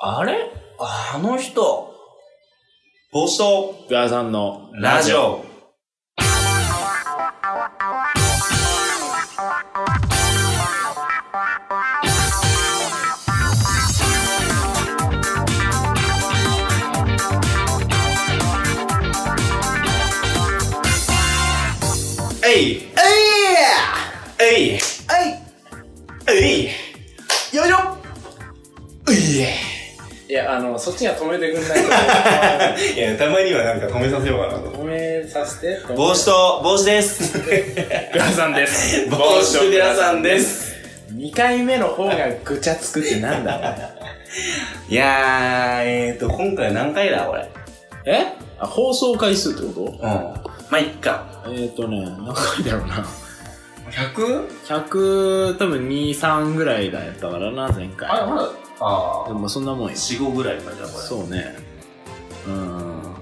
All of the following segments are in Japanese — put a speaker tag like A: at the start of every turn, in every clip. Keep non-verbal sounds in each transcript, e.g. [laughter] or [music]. A: あれあの人。
B: 帽子と
C: 福田さんの
B: ラジオ。えいえい
A: はい。
B: えい
A: よいしょ。
B: うい
C: いや、あの、そっちには止めてくんない
B: えいや、たまにはなんか止めさせようかなと。
C: 止めさせて。
B: 帽子と、帽子 [laughs] です。
C: 福田さんです。
B: 帽子と皆さんで。す。
C: 2回目の方がぐちゃつくってなんだ
B: いやー、えーと、今回何回だ、これ。
C: えあ放送回数ってこ
B: うん。まあ、いっか。
C: とえっ、ー、とね、何回だろうな。
B: 100?
C: 100、多分2、3ぐらいだったからな、前回。
B: あ、まだ、あ
C: で
B: ー。
C: もそんなもんよ。
B: 4、5ぐらいか、じゃあこれ。
C: そうね。うーん。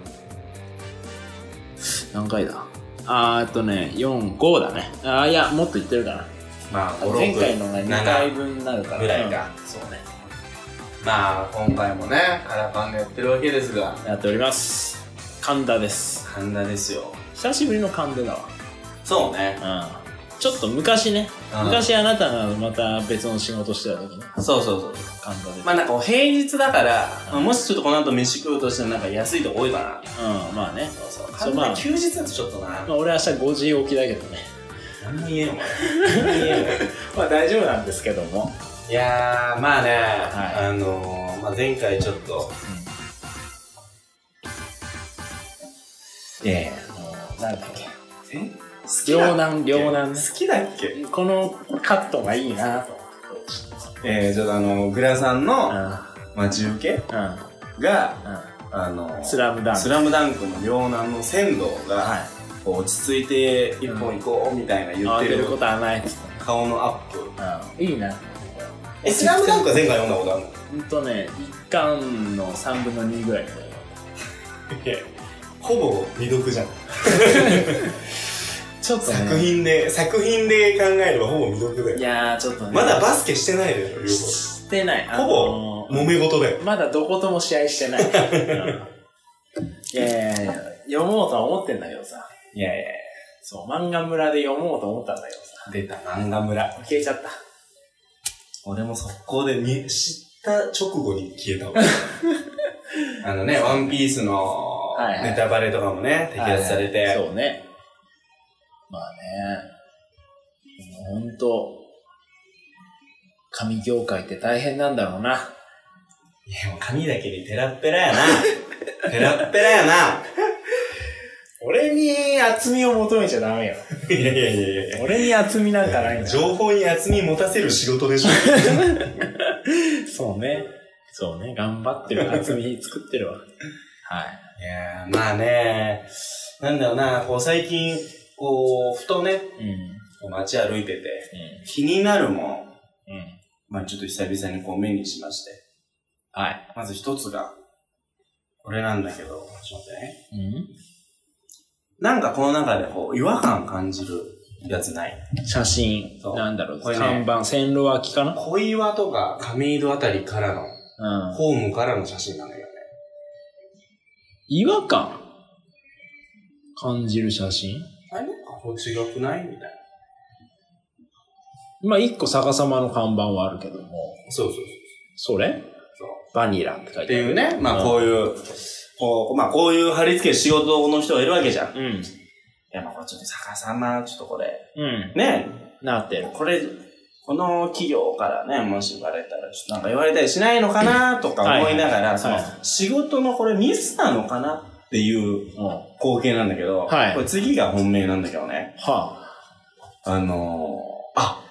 C: 何回だあーっとね、4、5だね。あーいや、もっといってるかな。
B: まあ、5、6、
C: 前回のが2回
B: 7
C: 分になるから。
B: ぐらいか
C: うんそうね。
B: まあ、今回もね、カラカンでやってるわけですが。
C: やっております。神田です。
B: 神田ですよ。
C: 久しぶりの神田だわ。
B: そうね。
C: うん。ちょっと昔ね、
B: うん
C: 昔あなたがまた別の仕事してた時ね、
B: そうそうそう。
C: 神田で。
B: まあなんかこう平日だから、まあもしちょっとこの後飯食うとしてもなんか安いとこ多いかな。
C: うん、まあね。
B: そう
C: そ
B: そうう。
C: まあ
B: まあ休日だとちょっとな。
C: まあ俺明日5時起きだけどね。
B: 何も言えんわ。何も言えんわ。
C: まあ大丈夫なんですけども。
B: いやー、まあね、
C: い
B: あのー、まあ前回ちょっと、
C: いやいや、あのなんだっけ。
B: え好きだっけ
C: 両南、両南ね。
B: 好きだっけ
C: このカットがいいなと思って。
B: えー、ちょっとあの、グラさん
C: う
B: の
C: ん。
B: 待ち受け
C: うん。
B: が、
C: う
B: あのー
C: ん。スラムダンク。
B: スラムダンクの両南の仙道が、
C: は。
B: こう落ち着いて一本行こうみたいない言っ
C: 慌
B: て
C: てる
B: る
C: ことはないっつっ
B: 顔のアップ。
C: て。うん。いいな。
B: え、スラムダンクは前回読んだことあるの
C: ほんとね、一巻の3分の2ぐらいだよ。
B: いやほぼ未読じゃん
C: ちょっとね。
B: 作品で作品で考えればほぼ未読だよ
C: いやー、ちょっとね。
B: まだバスケしてないでよ両
C: してない。あ
B: 方
C: の
B: ほ
C: ー
B: ぼ揉め事だよ
C: まだどことも試合してない。うんいやいやいや、読もうとは思ってんだけどさ。
B: いやいや
C: そう、漫画村で読もうと思ったんだけどさ。
B: 出た漫画村
C: 消えちゃった。
B: 俺も速攻でに知った直後に消え
C: [laughs]
B: たわあのね「ワンピースの
C: はいはい
B: ネタバレとかもね摘発されて、
C: そうね。まあね。もうほんと、紙業界って大変なんだろうな。
B: いやもう髪だけにペラッペラやな [laughs] ペラッペラやな
C: 俺に厚みを求めちゃダメよ。
B: いやいやいやいやいや
C: 俺に厚みなんかないんだ。
B: 情報に厚み持たせる仕事で
C: [laughs]
B: しょ
C: そうね。そうね。頑張ってる。厚み作ってるわ。はい。
B: いやーまあねなんだろうな、こう最近、こう、ふとね、
C: うん。
B: こう街歩いてて、気になるもん、
C: うん。うん。
B: まあちょっと久々にこう目にしまして、
C: はい。
B: まず一つが、これなんだけど、ちょっと待ってね。なんかこの中でこう、違和感感じるやつない。
C: 写真
B: そ。う
C: なんだろう。
B: これ
C: 看
B: ね
C: 板、線路脇かな
B: 小岩とか亀戸あたりからの、
C: うん。
B: ホームからの写真なんだけどね。
C: 違和感感じる写真
B: あれなんかこれ違くないみたいな。
C: まあ、一個逆さまの看板はあるけども、
B: そうそうそう。
C: それ
B: そう
C: バニラって書い
B: って
C: てある。
B: いうね、ま
C: う
B: あ
C: ん
B: こういう、こう、まあこういう貼り付け仕事の人がいるわけじゃん。
C: うん。
B: いや、まあこれちょっと逆さま、ちょっとこれ、
C: う
B: ね、
C: ん。なってる。
B: これ、この企業からね、もしバレたら、ちょっとなんか言われたりしないのかなとか思いながら、その
C: はい
B: 仕事のこれミスなのかなっていう
C: うん。は
B: 光景なんだけど、
C: はい
B: これ次が本命なんだけどね、
C: あ。
B: あのー、あ、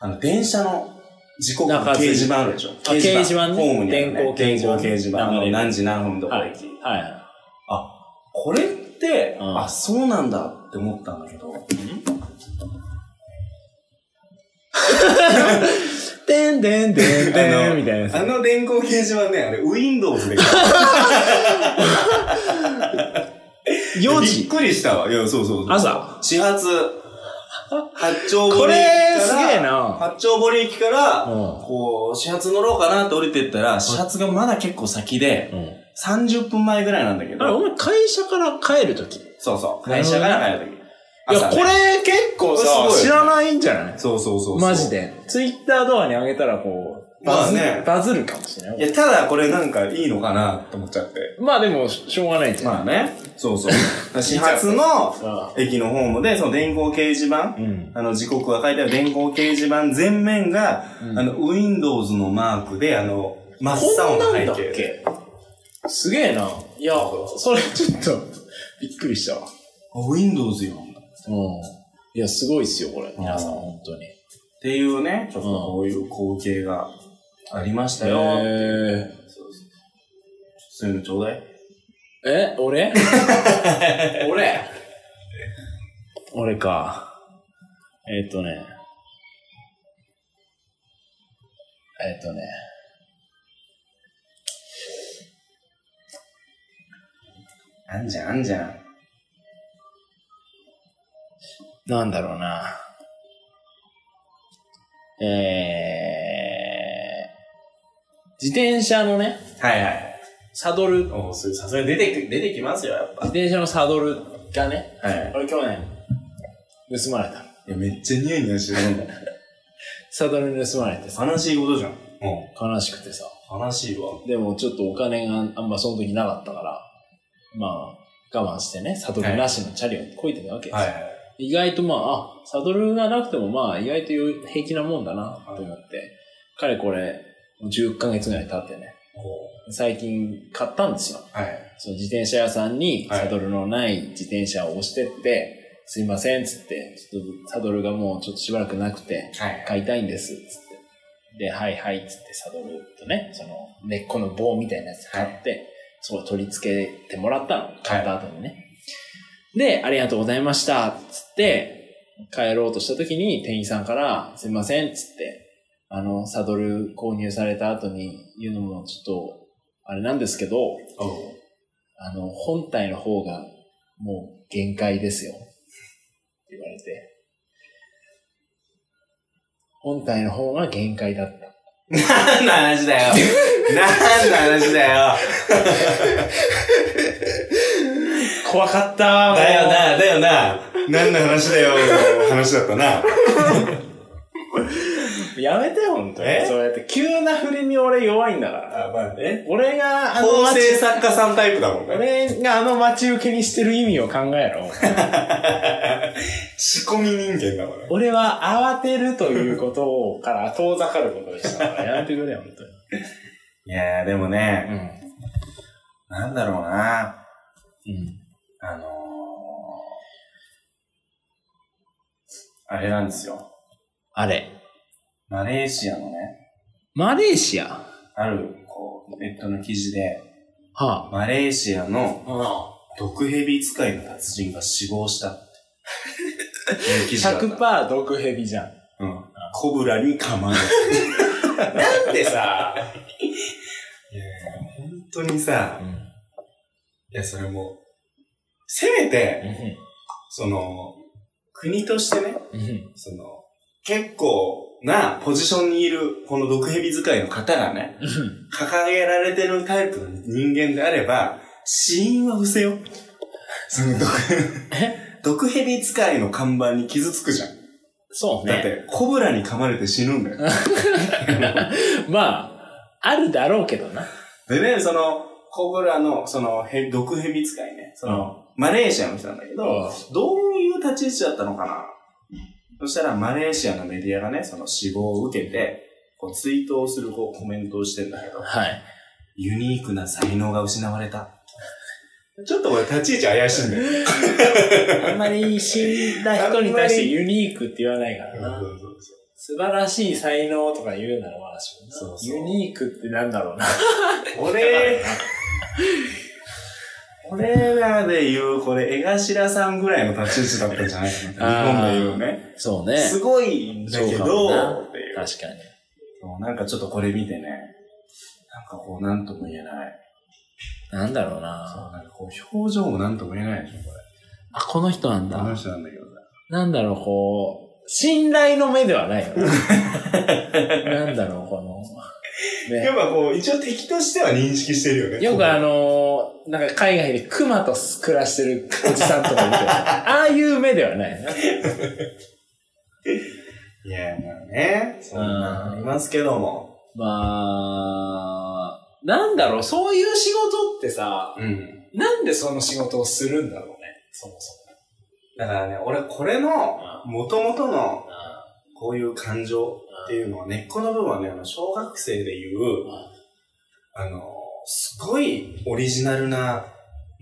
B: あの、電車の時刻の
C: 中
B: 掲
C: 継
B: 示板あるでしょ。
C: 掲示板ね
B: ホームにある、ね。
C: 電光掲示板
B: 電光掲示板。あ
C: 流れ
B: の、
C: る
B: 何時何分どこ駅。
C: は
B: これって、
C: うん
B: あ、そうなんだって思ったんだけど、
C: い。てんてんてんてんみたいな
B: あ
C: や
B: の電光掲示板ね、あれ、Windows で。
C: つ。4
B: びっ
C: 時。
B: くりしたわ。いや、そうそうそう。
C: 朝
B: 始発。八丁堀駅から、
C: これすげえな。
B: 八丁堀駅から、
C: うん
B: こう、始発乗ろうかなって降りてったら、始発がまだ結構先で、
C: うん。
B: 30分前ぐらいなんだけ
C: あれ、お
B: ど、
C: 前会社から帰るとき。い
B: そうそう、
C: なる
B: 会
C: ほど
B: 社
C: ね
B: から帰る時。
C: や、
B: 朝ね
C: これ結構
B: これ
C: さ
B: すごいよ、ね
C: 知らないんじゃない
B: そうそうそうそう。
C: マジ。で。ツイッターとかに上げたらこう、バズ,、
B: まあね
C: バズるかもしれない
B: い。や、ただこれなんかいいのかなと思っちゃって。
C: まあでも、しょうがないじゃん。
B: まあね。そう
C: [laughs]
B: そう。始発の
C: あ
B: 駅のホームで、その電光掲示板、
C: うん。
B: あの、時刻が書いてある電光掲示板全面が、
C: うん
B: あの、Windows のマークで、あの、真っ青
C: こん
B: な
C: な
B: 背
C: んだっ
B: 景。
C: けすげえな。いや、それちょっと、びっくりしたわ。
B: あ Windows よ。っ
C: うん。いや、すごいっすよ、これ。皆さん、
B: うん
C: 本当に。
B: ていうね、ちょっとこういう光景がありましたよ。
C: え
B: そうそうそういうのちょうだい。
C: ー、え、俺 [laughs] 俺俺か。えーっとね。えーっとね。
B: あんじゃん、あんじゃん。
C: なんだろうな。えー、自転車のね、
B: はいはい。
C: サドル、自
B: おそれさすがに出てく、出てきますよ、やっぱ。
C: 転車のサドルがね、
B: はい。
C: これ去年、盗まれた。
B: いや、めっちゃニヤニヤしてるんだ。
C: サドル盗まれて
B: [laughs]
C: さ、
B: 悲しいことじゃん。う
C: 悲しくてさ、
B: ん。悲しいわ。
C: でもちょっとお金があんまその時なかったから、まあ、我慢してね、サドルなしのチャリをこいてたわけですよ、
B: い。
C: 意外とまあ、あ、サドルがなくてもまあ、意外と余平気なもんだな、と思って、かれこれ、もう10ヶ月ぐらい経ってね、最近買ったんですよ。
B: はい。
C: その自転車屋さんに、
B: はい
C: サドルのない自転車を押してって、すいません、つって、ちょっとサドルがもうちょっとしばらくなくて、
B: はい。
C: 買いたいんです、つって。で、はいはい、つってサドルとね、その根っこの棒みたいなやつ買って、そこ取り付けてもらったの。買った後にね。で、ありがとうございました、つって、帰ろうとした時に店員さんから、すいません、つって、あの、サドル購入された後に言うのもちょっと、あれなんですけど、
B: おう
C: あの、本体の方がもう限界ですよ。って言われて。本体の方が限界だった。
B: 何の話だよ。何の話だよ。
C: 怖かった
B: だよな、だよな。何の話だよ、話だったな。
C: やめてよ、本当に。
B: え
C: そうやって、急な振りに俺弱いんだから。
B: あ、まあね。
C: 俺が、あの
B: 構成
C: 待ち、
B: 作家さんタイプだもんね。
C: 俺があの待ち受けにしてる意味を考えろ。
B: 仕込み人間だもんね。
C: [laughs] 俺は慌てるということをから遠ざかることでしたから。やめてくれよ、本当に。
B: いやー、でもね、
C: う
B: なんだろうな。
C: ん。うん。
B: あのー、あれなんですよ。
C: あれ。
B: マレーシアのね、
C: マレーシアは
B: ある、こう、ネットの記事で、
C: あ。
B: マレーシアの
C: うん。
B: 毒蛇使いの達人が死亡した [laughs] って。いう記事だった
C: 100%毒蛇じゃん。
B: うん。コブラに噛まれ
C: [laughs] なんでさ、
B: いやいや、本当にさ、いや、それもう、せめて、その、国としてね、その、結構なポジションにいる、この毒蛇使いの方がね、掲げられてるタイプの人間であれば、死因は伏せよ。その毒、毒蛇使いの看板に傷つくじゃん。
C: そう
B: だっ
C: ね。
B: て、コブラに噛まれて死ぬんだよ。
C: [laughs] まあ、あるだろうけどな。
B: でね、その、コブラの、その、へ毒蛇使いね、その、マレーシアの人なんだけど、どういう立ち位置だったのかなそしたら、マレーシアのメディアがね、その死亡を受けて、こう、追悼するこうコメントをしてんだけど、
C: はい。
B: ユニークな才能が失われた。ちょっとこれ立ち位置怪しいんだよ。
C: あんまり死んだ人に対してユニークって言わないからな。素晴らしい才能とか言うならまだしもな
B: そうそう
C: ユニークってなんだろうな。
B: 俺、俺らで言う、これ、江頭さんぐらいの立ち位置だったんじゃないかな。
C: あー
B: 日本で言うね。
C: そうね
B: すごいんだけ
C: そうかも
B: ど、
C: な
B: っていう。
C: 確かに。
B: そうなんかちょっとこれ見てね、なんかこう、なんとも言えない。
C: なんだろう
B: そう、
C: な。
B: なんかこう、表情もなんとも言えないでしょ、これ。
C: あ、この人なん
B: あの
C: だ。
B: 人なんだけどさ。
C: なんだろう、こ信頼の目ではないよ [laughs] ね。なんだろう、この。
B: や
C: ね、
B: っぱこう、一応敵としては認識してるよね。
C: よくあ
B: の、
C: のーなんか海外で熊と暮らしてるおじさんとかいるけど、ああいう目ではないな。
B: いや、まあね、そんなんありますけども。
C: まあ、なんだろう、そういう仕事ってさ、
B: うん。
C: なんでその仕事をするんだろうね、そもそ
B: だ
C: も。
B: からね、俺これの、元々のこういう感情っていうのは、根っこの部分はね、あの小学生で言う、あの、すごいオリジナルな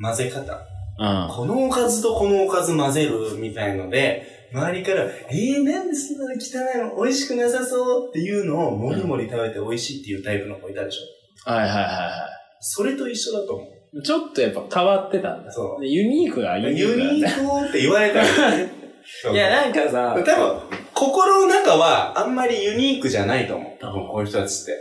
B: 混ぜ方。
C: うん。
B: このおかずとこのおかず混ぜるみたいので、周りから、えー、なんでそんなの汚いの美味しくなさそうっていうのをもりもり食べて美味しいっていうタイプの子いたでしょ。
C: はいはいはいは
B: それと一緒だと思う。
C: い。ちょっとやっぱ変わってたんだ。
B: そう
C: でユニークがユニー
B: ユ
C: クだ
B: ニ
C: ね。
B: ークって言われたらねそう
C: いや、なんかさ、
B: 多分、心の中はあんまりユニークじゃないと思う。多分、こういう人たちって。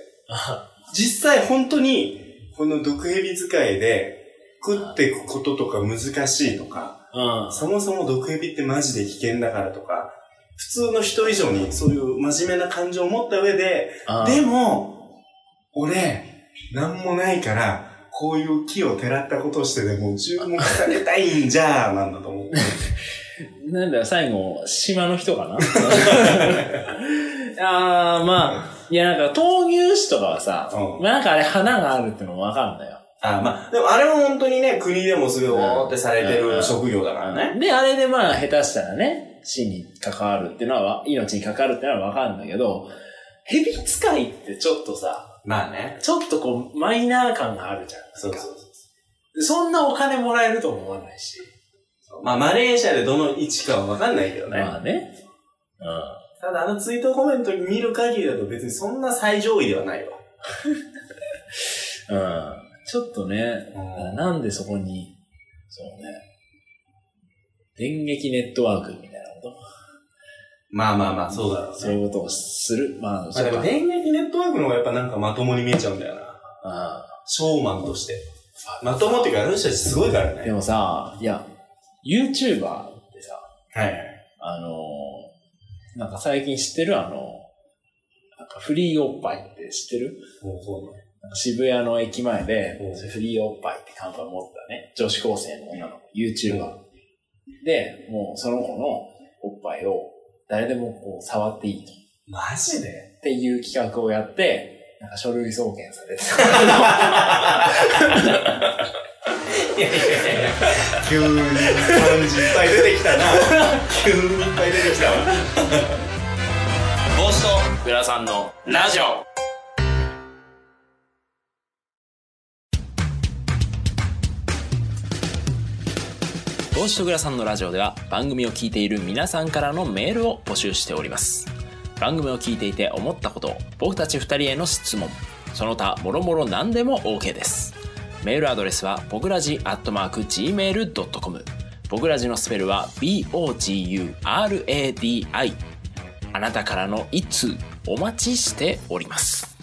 B: 実際本当に、この毒蛇使いで、食っていくこととか難しいとか、 [laughs]
C: うん。
B: そもそも毒蛇ってマジで危険だからとか、普通の人以上にそういう真面目な感情を持った上で、でも、俺、なんもないから、こういう木をてらったことをしてでも注目されたいんじゃー、なんだと思う。
C: なんだよ、最後、島の人か
B: [laughs]
C: なあー、まあ、いや、なんか、闘牛士とかはさ、
B: うん
C: まあなんかあれ、花があるってのもわかるんだよ。
B: [laughs] あまあ、でもあれも本当にね、国でもすごいおーってされて
C: うん
B: る職業だからね。
C: で、あれでまあ、下手したらね、死に関わるってのは、命に関わるってのはわかるんだけど、蛇使いってちょっとさ、
B: まあね。
C: ちょっとこう、マイナー感があるじゃん。
B: そうそうそう
C: そんなお金もらえるとも思わないし。
B: そう。まあ、マレーシアでどの位置かはわかんないけどね。
C: まあね。うん。
B: ただ、あのツイートコメント見る限りだと別にそんな最上位ではないわ。
C: うん。ちょっとね、
B: うん
C: なんでそこに、そうね、電撃ネットワークみたいなこ
B: まあまあまあ、そうだろ
C: と
B: う
C: そう
B: ね。
C: いうことをする。まあ、
B: まあ
C: そう
B: で
C: か。
B: も、電撃ネットワークの方がやっぱなんかまともに見えちゃうんだよな。
C: う
B: ショーマンとして。まともっていうか、あの人たちすごいから
C: んで
B: ね。
C: もさ、いや、YouTuber ってさ、
B: はい。
C: あのーなんか最近知ってるあの、なんかフリーおっぱいって知ってる
B: もうそうね。
C: なんか渋谷の駅前で
B: うん、
C: フリーおっぱいって看板持ったね、女子高生の女の子、YouTuber。で、もうその子のおっぱいを誰でもこう触っていいと。
B: マジで
C: っていう企画をやって、なんか書類送検されて
B: 急に感じいっぱい出てきたな。急にいっぱい出てきたわ。
A: 帽子とグラさんのラジオ
C: 帽子とグラさんのラジオでは番組を聞いている皆さんからのメールを募集しております。番組を聞いていて思ったこと、僕たち二人への質問、その他もろもろ何でも OK です。メールアドレスは僕らじアットマーク gmail.com 僕らじのスペルは BOGURADI あなたからのいつお待ちしております。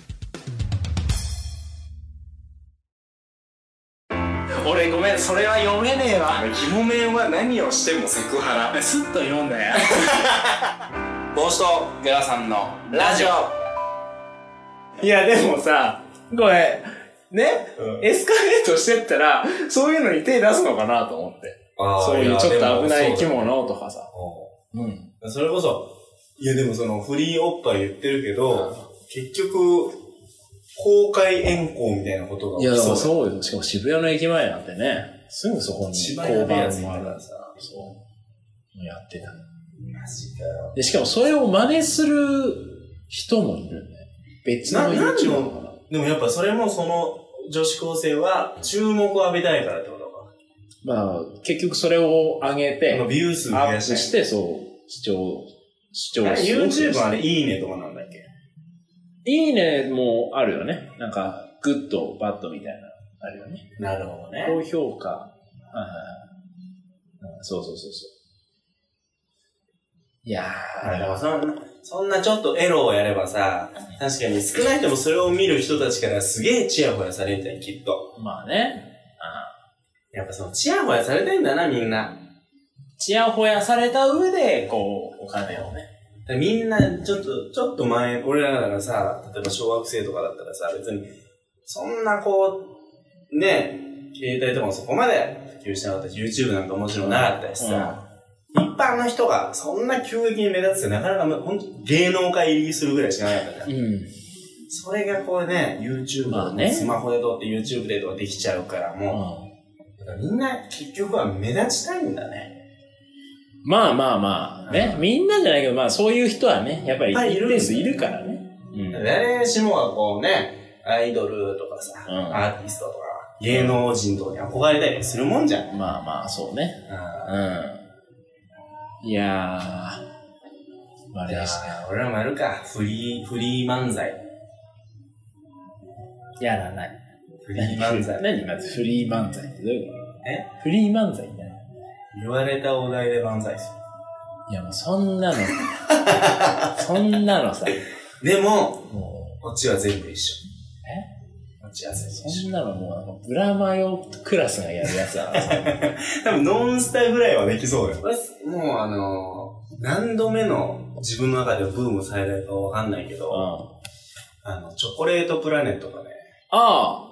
C: 俺ごめんそれは読めねえわ
B: キモメンは何をしてもセクハラ
C: スッと読んだよ
A: 帽子とグラさんのラジオ
C: いやでもさこれね、
B: うん
C: エスカレートしてったらそういうのに手出すのかなと思ってそういうちょっと危ない生き物とかさうん
B: それこそ、いやでもそのフリーオッパー言ってるけど、結局、公開援行みたいなことが
C: いやでも
B: う。
C: そうよしかも渋谷の駅前なんてねすぐそこに
B: 一番やばいやついた
C: あ
B: か
C: る
B: らさ。
C: そうやってた
B: マジだよ。
C: でしかもそれを真似する人もいるね別
B: な
C: の
B: なんの
C: YouTuber かな
B: でもやっぱそれもその女子高生は注目を浴びたいからってことか。
C: まあ結局それを上げて
B: あのビュー数増
C: ア
B: や
C: ップ
B: し。
C: してて、そう、視聴、視聴
B: あれ
C: 数を増や
B: YouTube
C: す
B: はあれ、いいねとかなんだっけ
C: いいねもあるよね。なんか、グッド、バッドみたいな、あるよね。
B: なるほどね
C: 高評価。はいはいはいうんそうそうそうそう。いや
B: あで
C: ー、
B: もそんな、そんなちょっとエロをやればさ、確かに少なくともそれを見る人たちからすげえチヤホヤされるんじゃん、きっと。
C: まあね。あ
B: やっぱそのチヤホヤされてんだな、みんな。
C: ちやほやされた上で、こう、お金をね、
B: だからみんな、ちょっと、ちょっと前、俺らがさ、例えば小学生とかだったらさ、別に、そんなこう、ね、携帯とかもそこまで普及してなかったし、YouTube なんかもちろんなかったしさ、一般の人がそんな急激に目立つってなかなかま、ほんと芸能界入りするぐらいしかなかったじゃん。
C: うん。
B: それがこうね、YouTube
C: まあ
B: の
C: ね
B: スマホで撮って YouTube でとかできちゃうから、もう、だからみんな結局は目立ちたいんだね。
C: まあまあまあ、ね。みんなじゃないけど、まあそういう人はね、やっぱり
B: いっぱいい
C: 一
B: る
C: 定数いるからね。うん。
B: 誰しもがこうね、アイドルとかさ、
C: うん
B: アーティストとか、芸能人とかに憧れたりするもんじゃん。
C: まあまあ、そうね。うん。いやー。まああ
B: あ
C: れですね。
B: 俺らもやるか。フリー、フリー漫才。
C: やらない。
B: フリー漫才。
C: [laughs] 何まずフリー漫才ってどういうこと
B: え
C: フリー漫才って何
B: 言われたお題で漫才す
C: いやもうそん [laughs] なの、そんなのさ、
B: る。でも、
C: も
B: こっちは全部一緒。
C: え
B: こっちは全
C: う、
B: 部
C: そ
B: 一緒。
C: んなのもうあの、ブラマヨクラスがやるやつだからさ。 [laughs]
B: 多分ノンスターぐらいはできそうよ。もうあのー何度目の自分の中でブーム最大かわかんないけ
C: う
B: ど、
C: ん。
B: あの、チョコレートプラネットがね、
C: あ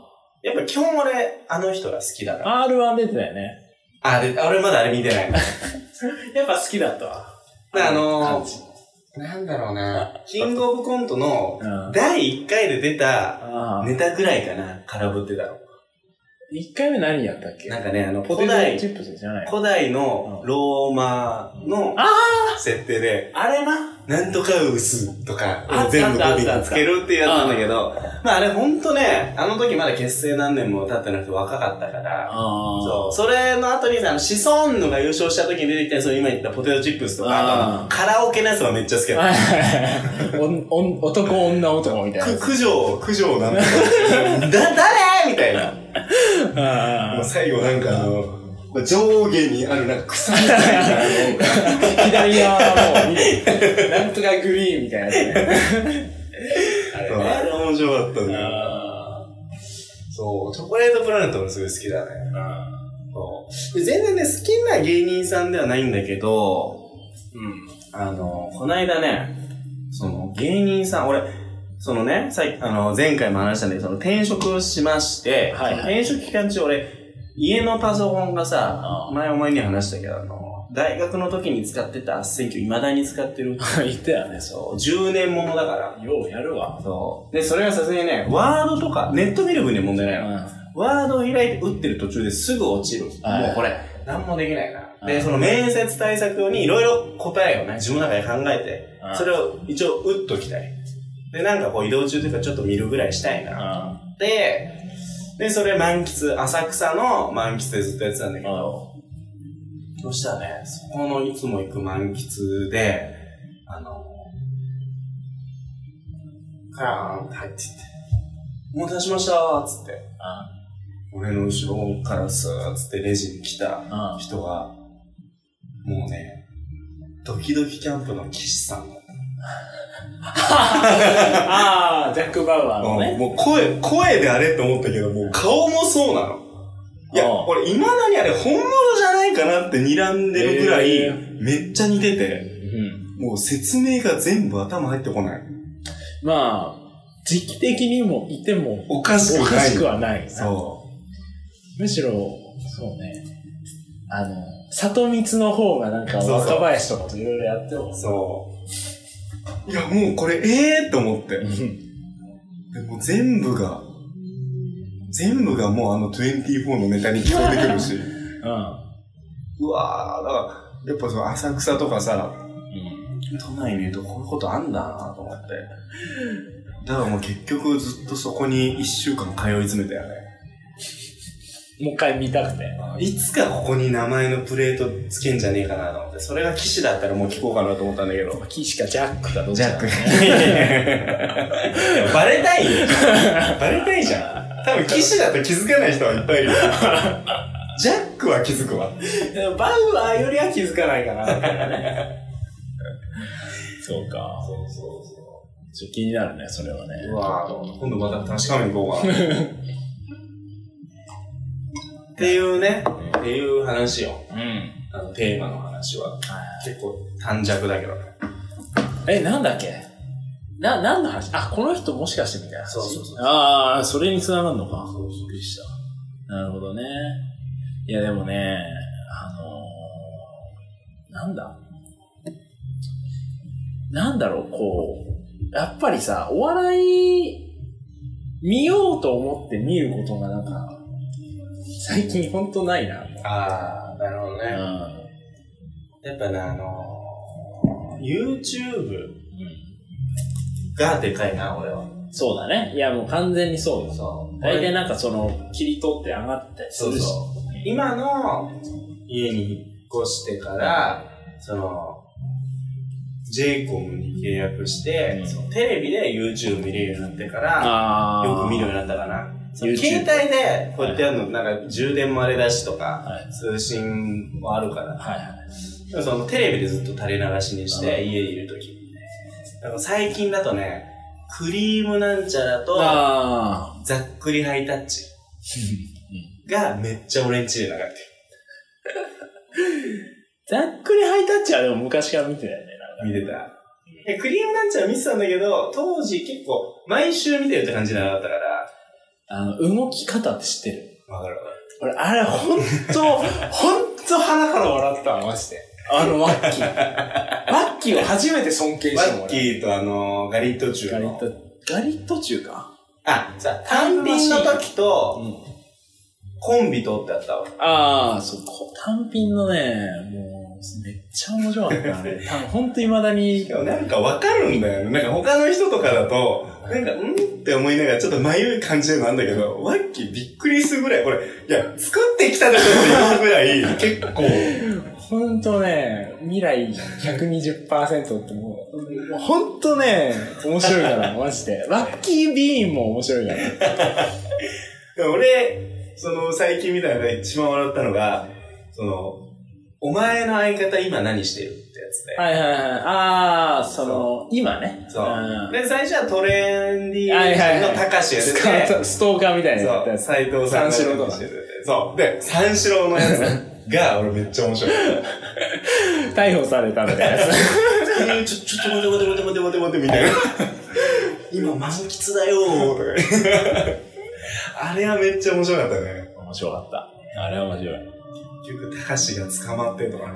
B: やっぱ基本俺、あの人が好きだから。
C: あ、R1 出てたよね。
B: あれ、俺まだあれ見てない。やっぱ好きだったわ。であのーなんだろうな、キングオブコントの
C: うん。あ
B: 第1回で出た
C: あ。
B: ネタぐらいかな、空振ってたの。
C: 一回目何やったっけ
B: なんかね、あの、
C: ポテ
B: 古
C: ト
B: 代
C: チ、ップスじゃないの
B: 古代のローマの
C: あ
B: 設定で、あれな、なんとかウスとか
C: あ、
B: 全部
C: あ
B: 語尾
C: ったあったあ
B: に
C: った
B: つけるっていうやつなんだけど、まああれほんとね、あの時まだ結成何年も経ってなくて若かったから、
C: ああ。
B: そう。それの後にさ、あの、シソンヌが優勝した時に出てきた、その今言ったポテトチップスとか、あ
C: あー
B: とカラオケのやつはめっちゃ好きだっ
C: はいはい
B: [laughs]
C: はいおんおん男女男みた
B: た。
C: い
B: く、九条、九条
C: [laughs]
B: なんだ。だ、誰みたいな。
C: な。
B: もう最後なんかあの、まあ上下にあるなんか草みたいなのが。
C: 左側はもう見てる、なんとかグリーンみたいなやつね。 [laughs] あれね
B: あれ面白かったんだよ。
C: あ
B: そう、チョコレートプラネットもすごい好きだね。そうで全然ね、好きな芸人さんではないんだけど、うん。あの、こないだね、その芸人さん、俺、そのね、さっき、あの、前回も話したんだけど、その転職しまして、
C: はいはい
B: 転職期間中俺、家のパソコンが
C: あ
B: さ
C: あ、
B: 前お前には話したけど、あの、大学の時に使ってた圧旋機を未だに使ってる。
C: ー。言ったよね、そ
B: そう、10年ものだから。
C: う。ようやるわ。
B: そう。で、それはさすがにね、ワードとか、ネット見る分には問題な
C: う
B: いの。
C: ん。
B: ワードを開いて打ってる途中ですぐ落ちる。も
C: はいう
B: これ、なんもできないな。
C: は
B: で、
C: い
B: その面接対策用にいろいろ答えをね、自分の中で考えて、それを一応打っときたい。で、なんかこう移動中というかちょっと見るぐらいしたいな。
C: あ
B: で、で、それ満喫、浅草の満喫でずっとやってたんだけど、そしたらね、そこのいつも行く満喫で、あの、カラーンって入っていって、お待たせしましたーっつって、
C: あ。
B: 俺の後ろからスーッつってレジに来た
C: あ
B: 人が、もうね、ドキドキキャンプの岸さんだった
C: あー、ジャック・バウアーの
B: うん
C: ね。
B: もう声、声であれって思ったけど、もう顔もそうなの。いや、
C: うん
B: 俺未だにあれ本物じゃないかなって睨んでるぐら
C: へ
B: い
C: ー、
B: めっちゃ似てて、
C: うん。
B: もう説明が全部頭入ってこない。
C: まあ、時期的にもいても
B: おかしく
C: おか
B: ない。
C: しくはないな。
B: そ
C: むしろ、そうね。あの、里光の方がなんか
B: そうそう
C: 若林とかといろいろやっても
B: う。そう。いや、もうこれ、ええー、と思って。
C: うん
B: でも全部が、全部がもうあの24のネタに聞こえてくるし。
C: うん。
B: [laughs] うわー、だから、やっぱその浅草とかさ、都内にいるとこういうことあんだなと思って。だからもう結局ずっとそこに1週間通い詰めたよね。
C: もう一回見たくて。
B: いつかここに名前のプレートつけんじゃねえかなと思って、それが騎士だったらもう聞こうかなと思ったんだけど。
C: 岸かジャックかどっ
B: ジ
C: ちか
B: ャッ
C: だ
B: ク
C: ね。
B: [laughs] バレたいよ。バレたいじゃん。多分、騎士だと気づかない人はいっぱいい [laughs] るよ。ジャックは気づくわ。
C: バウアーよりは気づかないかな、そうか。
B: そうそうそ
C: ちょっと気になるね、それはね。
B: うわぁ、今度また確かめに行こうかな。っていうね、っていう話よ。
C: うん。
B: あの、テーマの話は。結構短尺だけどね。
C: え、なんだっけな、なんの話あ、この人もしかしてみたいな話。
B: そうそうそう
C: ああ、それにつながるのか。
B: そうそう
C: びっくりした。なるほどね。いや、でもね、あのーなんだ。なんだろう、こう、やっぱりさ、お笑い、見ようと思って見ることがなんか、最近ほんとないな。
B: ああ、なるほど
C: う
B: ね。
C: ん。
B: やっぱね、あのー、YouTube がでかいな、俺は。
C: そうだね。いや、もう完全にそうよ。
B: そう
C: 大体なんかその、切り取って上がったりす
B: そう
C: るし。
B: そう。今の家に引っ越してから、その、j イコムに契約して、
C: うん
B: そのテレビで YouTube 見れるようになってから、
C: ああ。
B: よく見るようになったかな。その
C: YouTube
B: 携帯でこうやってやるの、なんか充電もあれだしとか、
C: はい。
B: 通信もあるから、
C: はいはい。
B: でもそのテレビでずっと垂れ流しにして、
C: うん
B: 家にいるとき。だから最近だとね、クリームなんちゃらと、
C: ああ。
B: ざっくりハイタッチがめっちゃ俺んちで流れてる。
C: ざっくりハイタッチはでも昔から見てたよね。
B: 見てた。え、クリームなんちゃら見てたんだけど、当時結構、毎週見てるって感じじゃなかったから、
C: あの、動き方って知ってる
B: わかる
C: 俺、あれ、ほんと、 [laughs] ほんと鼻から笑ったわ、マジで。あの、ワッキー。ワッキーを初めて尊敬したもん。
B: ワッキーとあの、ガリットチュ
C: ガ
B: ー
C: リ
B: の
C: ッ。ト、ガリット中か。
B: あ、さ、単品の時と、
C: ん。
B: コンビとってあったわ。
C: ああ、そう、こ単品のね、もう、めっちゃ面白かった、あ [laughs] れ。たほんと未だに
B: で、もなんかわかるんだよね。なんか他の人とかだと、なんか、んって思いながらちょっと迷い感じるのあんだけど、ワッキーびっくりするぐらい、これ、いや、作ってきたでしょっていうぐらい、結 [laughs] 構、
C: ほんとね、未来120%ってもう、もうほんとね、面白いから、マジで。ラッキービーンも面白いから。
B: でも俺、その最近みたいな一番笑ったのが、その、お前の相方今何してるってやつで。
C: はいはいはい。ああ、その、今ね。
B: そう。
C: ん
B: で、最初はトレンディ
C: はいはい
B: ー
C: は
B: の
C: い
B: 高橋が出
C: ス
B: て
C: カート、ストーカーみたいな
B: そ
C: や
B: う、
C: つ。
B: 斎藤さんが
C: 三四郎とか
B: 出ててそう。で、三四郎のやつが、俺めっちゃ面白い。
C: 逮捕されたみたいなやつ。
B: えーちょ、ちょ、ちょ、待て待て待て待て待て待て、みたいな。今、満喫だよーとか。 [laughs] あれはめっち [laughs] ゃ面白かったね。
C: 面白かった。あれは面白い。
B: 結局、高橋が捕まってとかね。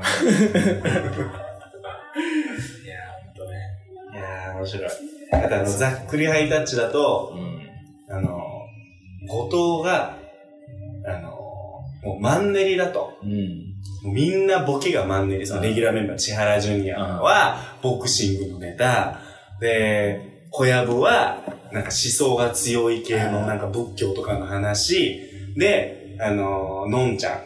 C: いやほんとね。
B: いやー、面白い。あとあの、ざっくりハイタッチだと、
C: うん。
B: あの、後藤が、あの、もうマンネリだと。
C: うん。 [laughs]
B: もうみんなボケがマンネリ。そのレギュラーメンバー、千原ジュニアは、ボクシングのネタ。で、小籔は、なんか思想が強い系
C: う
B: の、
C: ん
B: なんか仏教とかの話。で、あの、のんちゃん。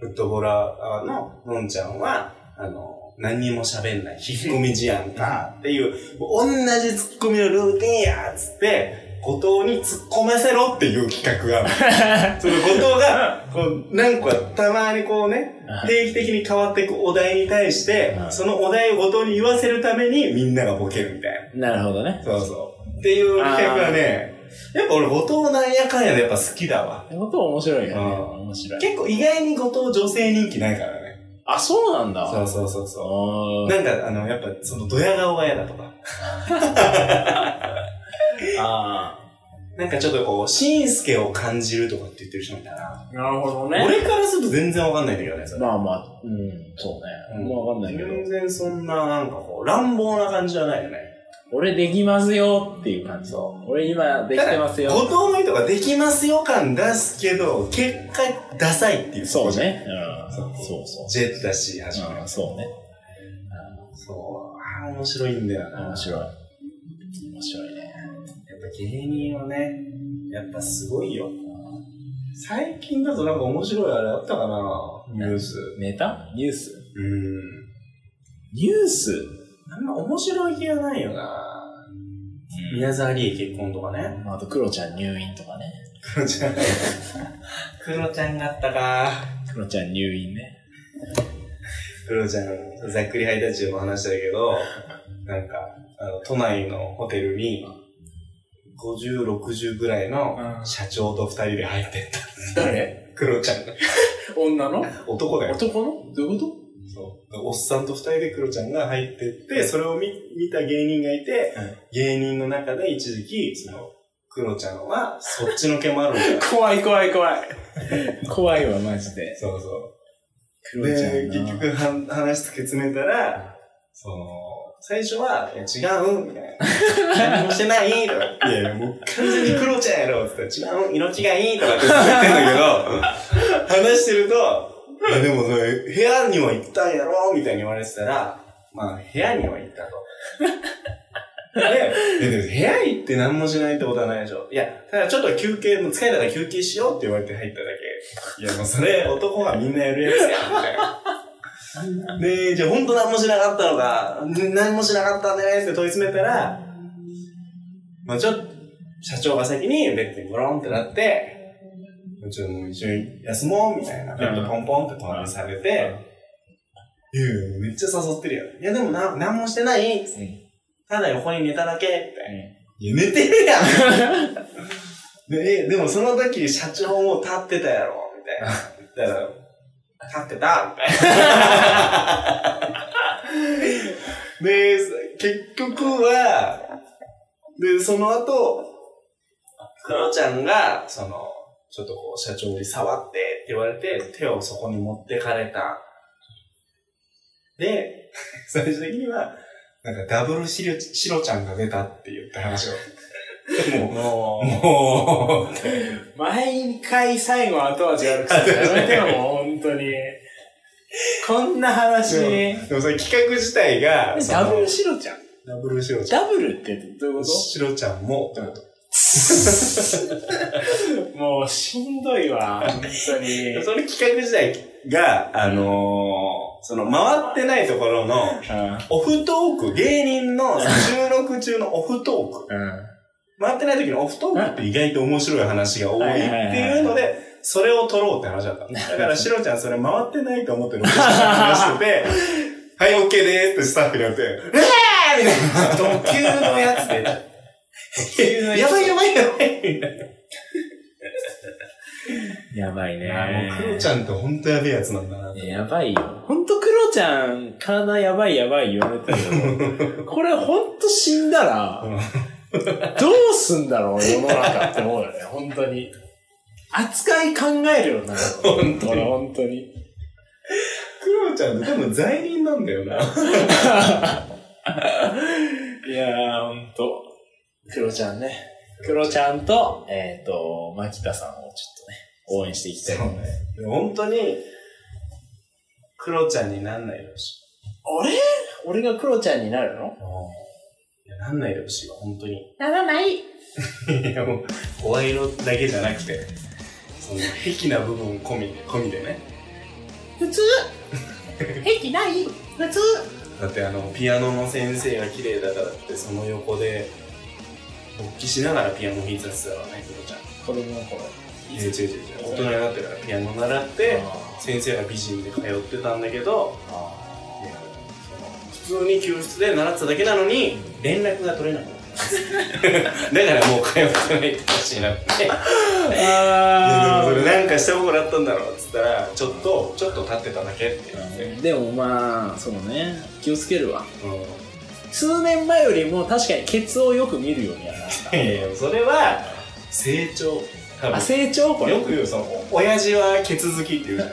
B: フットボラーののんちゃんは、あの、何にも喋んない、引っ込み思案か、っていう、同じツッコミのルーティンやっつって、後藤に突っ込ませろっていう企画があ
C: [laughs]
B: る。その後藤が、こう、何個かたまにこうね、定期的に変わっていくお題に対して、
C: うん
B: そのお題を後藤に言わせるためにみんながボケるみたい
C: なるほどね。
B: な。そうそう。っていう企画はね、やっぱ俺後藤なんやかんやでやっぱ好きだわ。
C: ってことは面白いよね。
B: うん
C: 面白い。
B: 結構意外に後藤女性人気ないからね。
C: あ、そうなんだ。
B: そうそうそうそう。
C: あー
B: なんか、あの、やっぱ、その、ドヤ顔が嫌だとか、
C: あ
B: なんかちょっとこう、しんすけを感じるとかって言ってる人もいたな。
C: ー。なるほどね。
B: 俺からすると全然わかんないんだけどね、それ。
C: まあまあ、うん、そう
B: う
C: ね。
B: ん
C: もうわかんないけど、
B: 全然そんな、なんかこう、乱暴な感じじゃないよね。
C: 俺できますよっていう感じ。
B: そ
C: 俺今できてます
B: 後
C: よ。
B: 藤の人ができますよ感出すけど、結果、ダサいっていう。
C: そう。ね。うん。
B: そ
C: そううそう。
B: ジェッだし、始まる
C: うん、。そうね。
B: そう。ああ、面白いんだよ
C: うん
B: な。
C: 面白い。面白いね。
B: やっぱ芸人はね、やっぱすごいよ。最近だとなんか面白いあれあったかなニュース。
C: ネタニュース
B: うん。
C: ニュース
B: あんま面白い気がないよな
C: うん
B: 宮沢りえ結婚とかね。
C: あと、クロちゃん入院とかね。
B: [laughs] クロちゃん。クロちゃんがあったか
C: クロちゃん入院ね。
B: クロちゃん、ざっくりハイタッチでも話したけど、なんか、あの、都内のホテルに、50、60ぐらいの社長と二人で入ってった。
C: 誰
B: クロちゃんが。
C: 女の
B: 男だよ。
C: 男のどういうこ。
B: そう。おっさんと二人でクロちゃんが入ってって、それを見見た芸人がいて、芸人の中で一時期、その、クロちゃんは、そっちの毛もあるんだ [laughs] よ
C: 怖い怖い怖い。 [laughs] 怖いわ、マジで。
B: そうそ
C: ク
B: う。
C: ロちゃん
B: で、
C: な。
B: 結局はん話突き詰めたら、その、最初は、いや違う、みたいな。何もしてない、とか。いやいや、もう完全にクロちゃんやろ、つって言ったら違う、命がいい、とかって言ってんだけ [laughs] ど、話してると、いやでもそれ、部屋には行ったんやろ、みたいに言われてたら、まあ、部屋には行ったと。で、ででも部屋行って何もしないってことはないでしょ。いや、ただちょっと休憩、もう疲れたから休憩しようって言われて入っただけ。いや、もうそれ男がみんなやるやつや、みたいな。で、じゃあ本当何もしなかったのか、ん何もしなかったんだねって問い詰めたら、まあちょっと、社長が先にベッドにゴロンってなって、ちょっともう一緒に休もうみたいな。ベッドポンポンって隣にされて、いやいやめっちゃ誘ってるよ。いやでもな、何もしてない
C: うんうん
B: ただ横に寝ただけって。いや、寝てるやん [laughs] でえでもその時、社長も立ってたやろ、みたいな。言ったら、立ってたみたいな。 [laughs] で、結局は、で、その後、クロちゃんが、その、ちょっとこう、社長に触ってって言われて、手をそこに持ってかれた。で、 [laughs] 最終的には、なんかダブルシロシロちゃんが出たって言った話を。も
C: も
B: う、も
C: う、毎回最後後味悪くてやめてよ、もう本当 [laughs] に。こんな
B: う。
C: 話。
B: でも、でもそれ企画自体が、その
C: ダブルシロちゃん。
B: ダブルシロちゃ
C: ダブルってどういうこ
B: ん。シロちゃんも、ってこと
C: ともうしんどいわ、本当に。
B: その企画自体が、あのー、その回ってないところの、オフトーク、芸人の収録中のオフトーク。
C: うん。うん。
B: 回ってない時のオフトークって意外と面白い話が多いっていうので、それを撮ろうって話だった。だ [laughs] から、シロちゃんそれ回ってないと思ってる話してて、 [laughs] はい、OK でーすってスタッフにやって、えーみたいな。 [laughs] ド級のやつで。
C: のや
B: や
C: つ
B: [laughs] ばいやばいやばいみたい
C: やばいね。
B: な。もう、クロちゃんってほんとやべえやつなんだな。
C: いややばいよ。ほんとクロちゃん、体やばいやばい言われてるけど、これほんと死んだら、どうすんだろう世の中って思うよね、ほんとに。扱い考えるよな、ほんとに。ほんとに。
B: クロちゃんって多分罪人なんだよな。
C: いやー、ほんと。クロちゃんね。 [laughs] クロちゃんと、えっ、と、マキタさんをちょっとね、応援していきたい。
B: ね。本当に、クロちゃんになんないでほしい。
C: あれ俺がクロちゃんになるの
B: いやなんないでほしいわ、本当に。ならないいや、もう、声色だけじゃなくて、その、癖な部分込みで、込みでね。
C: 普 [laughs] 通平気ない普通
B: だって、あの、ピアノの先生が綺麗だからって、その横で、勃起しながらピアノ弾いてたっすからね、クロちゃん。
C: 子供の頃。
B: いや、違う違う違う。大人になってからピアノ習って、先生が美人で通ってたんだけど、いやその普通に教室で習ってただけなのに、連絡が取れなくな
C: [laughs]
B: ったんですだからもう通ってないって話になって。いや
C: あ
B: でもそれ
C: ー
B: なんかしたことあったんだろうっつったらちょっとちょっと立ってただけって言って、
C: でもまあそうね気をつけるわ
B: うん、い
C: 数年前よりも確かにケツをよく見るようにはなっ
B: やいやそれは成長多
C: たあ
B: 分
C: 成長これ
B: よく言うその親父はケツ好きっていうじゃ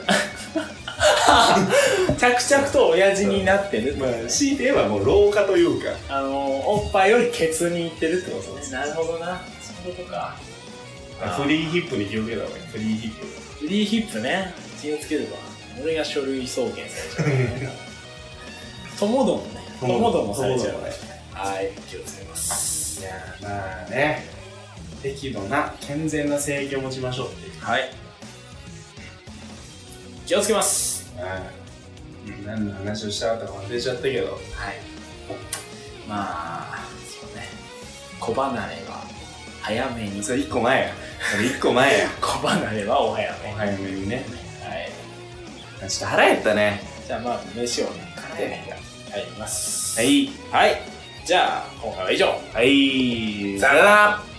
B: ん
C: [laughs] 着々と親父になってるってこ
B: ま
C: と
B: あ
C: ね
B: 強いて言えばもう老化というか
C: あのおっぱいよりケツにいってるってことですなるほどなそういうことかあー
B: フリーヒップに気をつけた方がいいフリーヒップ
C: フリーヒップね気をつければ俺が書類送検されちゃう [laughs] ねともどもねともどもされちゃうねはい気をつけます
B: いやーまあね適度な健全な性欲を持ちましょうっていう
C: はい気をつけます
B: はい何の話をしたかったか忘れちゃったけど
C: はい。まあ、そうね。小離れは早めに。
B: それ1個前やそれ1個前や
C: 小離れはお早め
B: お
C: に。はい。
B: 早めにねちょっと腹減ったね
C: じゃあまあ、飯をね、買って
B: は
C: 帰ります。
B: い。
C: はい。じゃあ、今回は以上。
B: はい。
C: さよなら